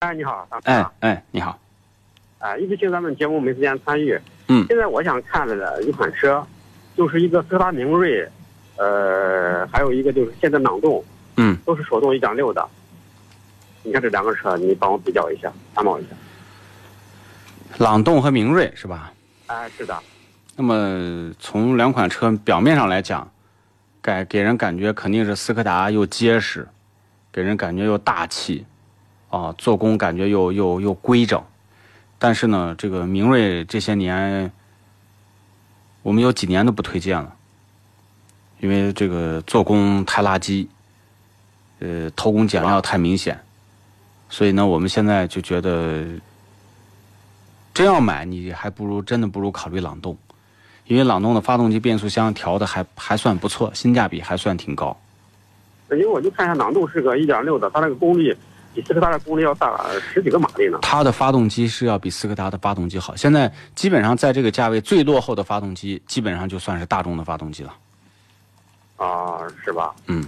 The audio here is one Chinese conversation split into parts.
哎，你好，大哎啊、哎，你好，哎一直听咱们节目没时间参与。嗯现在我想看了的一款车，就是一个斯柯达明锐，呃，还有一个就是现在朗动，嗯，都是手动一点六的。你看这两个车，你帮我比较一下，参谋一下。朗动和明锐是吧？哎，是的，那么从两款车表面上来讲，给给人感觉肯定是斯柯达又结实，给人感觉又大气，啊，做工感觉又又又规整。但是呢，这个明锐这些年，我们有几年都不推荐了，因为这个做工太垃圾，呃，偷工减料太明显，所以呢，我们现在就觉得，真要买，你还不如真的不如考虑朗动。因为朗动的发动机变速箱调的还还算不错，性价比还算挺高。因为我就看一下朗动是个一点六的，它那个功率比斯柯达的功率要大十几个马力呢。它的发动机是要比斯柯达的发动机好。现在基本上在这个价位最落后的发动机，基本上就算是大众的发动机了。啊，是吧？嗯，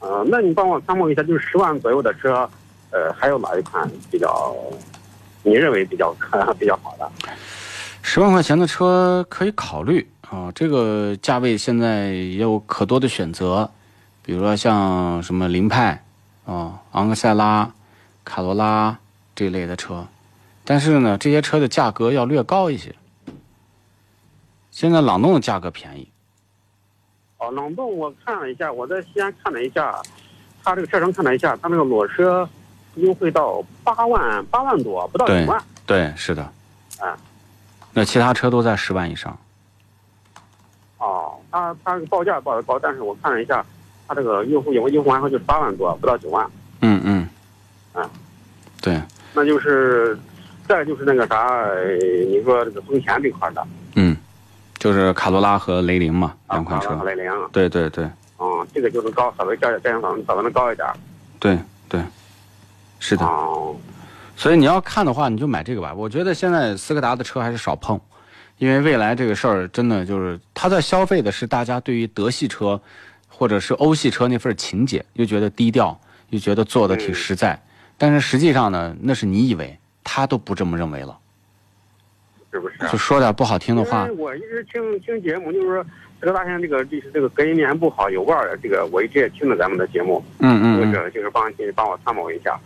呃，那你帮我参谋一下，就是十万左右的车，呃，还有哪一款比较，你认为比较 比较好的？十万块钱的车可以考虑啊，这个价位现在也有可多的选择，比如说像什么凌派啊、昂克赛拉、卡罗拉这一类的车，但是呢，这些车的价格要略高一些。现在朗动的价格便宜，哦，朗动我看了一下，我在西安看了一下，它这个车城看了一下，它那个裸车优惠到八万八万多，不到对九万。对，是的，啊，那其他车都在十万以上。哦，它它这个报价报的高，但是我看了一下，它这个优惠优惠优惠完后就是八万多，不到九万。嗯嗯，啊，对，那就是，再就是那个啥，呃你说这个丰田这块儿的嗯，就是卡罗拉和雷凌嘛，啊两款车卡。罗拉雷凌，对对对嗯，这个就是高，稍微价价钱稍微稍微能高一点。对对，是的。哦，所以你要看的话，你就买这个吧。我觉得现在斯柯达的车还是少碰，因为未来这个事儿真的就是它在消费的是大家对于德系车或者是欧系车那份情结，又觉得低调，又觉得做的挺嗯实在，但是实际上呢，那是你以为，他都不这么认为了。是不是？就说点不好听的话因，为我一直听听节目，就是说这个大象这个就是这个隔音棉不好有味儿，这个我一直也听了咱们的节目，嗯嗯就嗯。是就是帮你帮我参谋一下，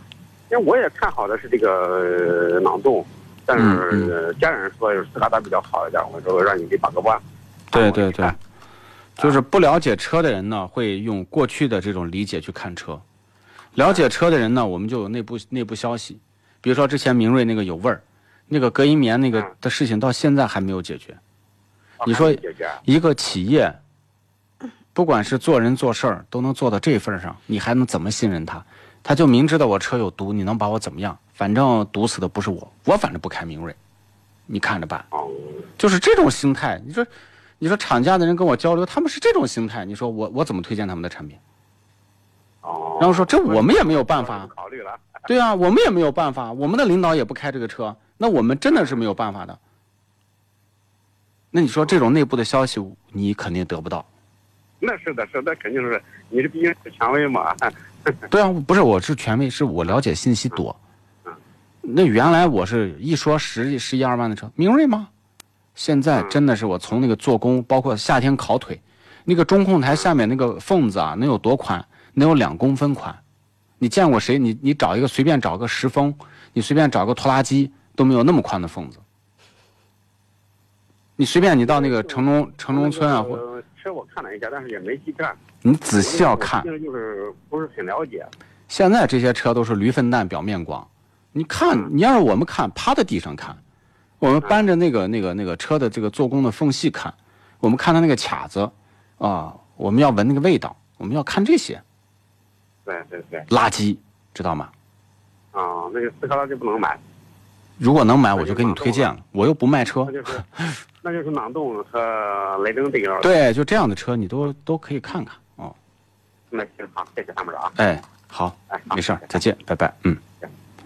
因为我也看好的是这个呃朗动，但嗯嗯是呃家人说就是斯柯达比较好一点，我说让你给把个弯。对帮我对一对看，就是不了解车的人呢，会用过去的这种理解去看车；了解车的人呢，我们就有内部内部消息。比如说之前明锐那个有味儿，那个隔音棉那个嗯的事情到现在还没有解决。啊你说还是姐姐，一个企业，不管是做人做事儿，都能做到这份儿上，你还能怎么信任他？他就明知道我车有毒，你能把我怎么样？反正毒死的不是我，我反正不开明锐，你看着办。哦，就是这种心态。你说，你说厂家的人跟我交流，他们是这种心态。你说我我怎么推荐他们的产品？哦，然后说这我们也没有办我法不，考虑了，对啊，我们也没有办法，我们的领导也不开这个车，那我们真的是没有办法的。那你说这种内部的消息，你肯定得不到。那是的，是的，那肯定是你这毕竟是权威嘛，对啊，不是我是权威，是我了解信息多。那原来我是一说十十一二万的车，明锐吗？现在真的是我从那个做工，包括夏天烤腿，那个中控台下面那个缝子啊，能有多宽？能有两公分宽。你见过谁？你你找一个随便找个石峰，你随便找个拖拉机都没有那么宽的缝子。你随便你到那个城中城中村啊，那或个车我看了一下，但是也没细看。你仔细要看我，对这个就是不是很了解。现在这些车都是驴粪蛋表面光，你看，嗯你要是我们看，趴在地上看，我们嗯搬着那个那个那个车的这个做工的缝隙看，我们看它那个卡子，啊，我们要闻那个味道，我们要看这些对对对，垃圾，知道吗？啊，那个斯柯拉就不能买，如果能买，我就给你推荐了，我又不卖车那。就是，那就是朗动和雷凌这个了。，对，就这样的车你都都可以看看哦。那行好，谢谢参谋长啊，哎，好，哎，好没事儿，再见，拜拜，嗯。行